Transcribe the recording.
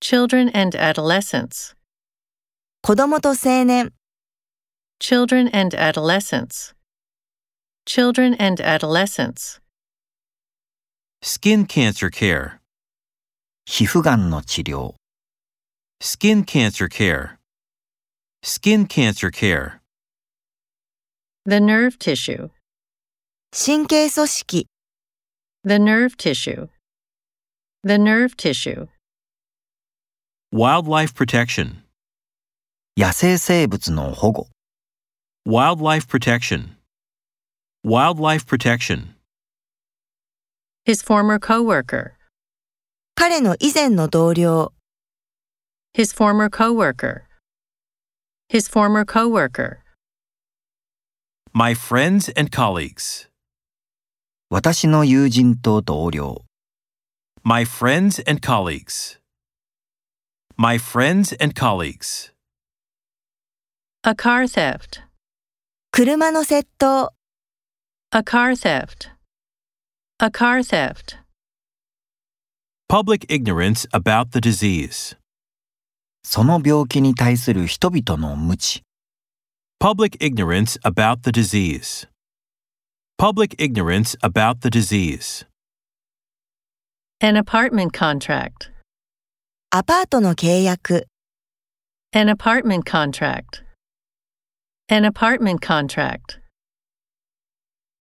Children and adolescents. 子供と青年、 Children and adolescents. Children and adolescents. Skin cancer care. 皮膚がんの治療、 Skin cancer care. Skin cancer care. The nerve tissue. 神経組織、 The nerve tissue. The nerve tissue. Wildlife protection. 野生生物の保護、 Wildlife protection. Wildlife protection. His former coworker. 彼の以前の同僚、 His former coworker. His former coworker. My friends and colleagues. 私の友人と同僚、 My friends and colleagues. My friends and colleagues. A car theft. 車の窃盗、 A car theft. A car theft. Public ignorance about the disease. その病気に対する人々の無知、 Public ignorance about the disease. Public ignorance about the disease. An apartment contract. アパートの契約、 An apartment contract. An apartment contract.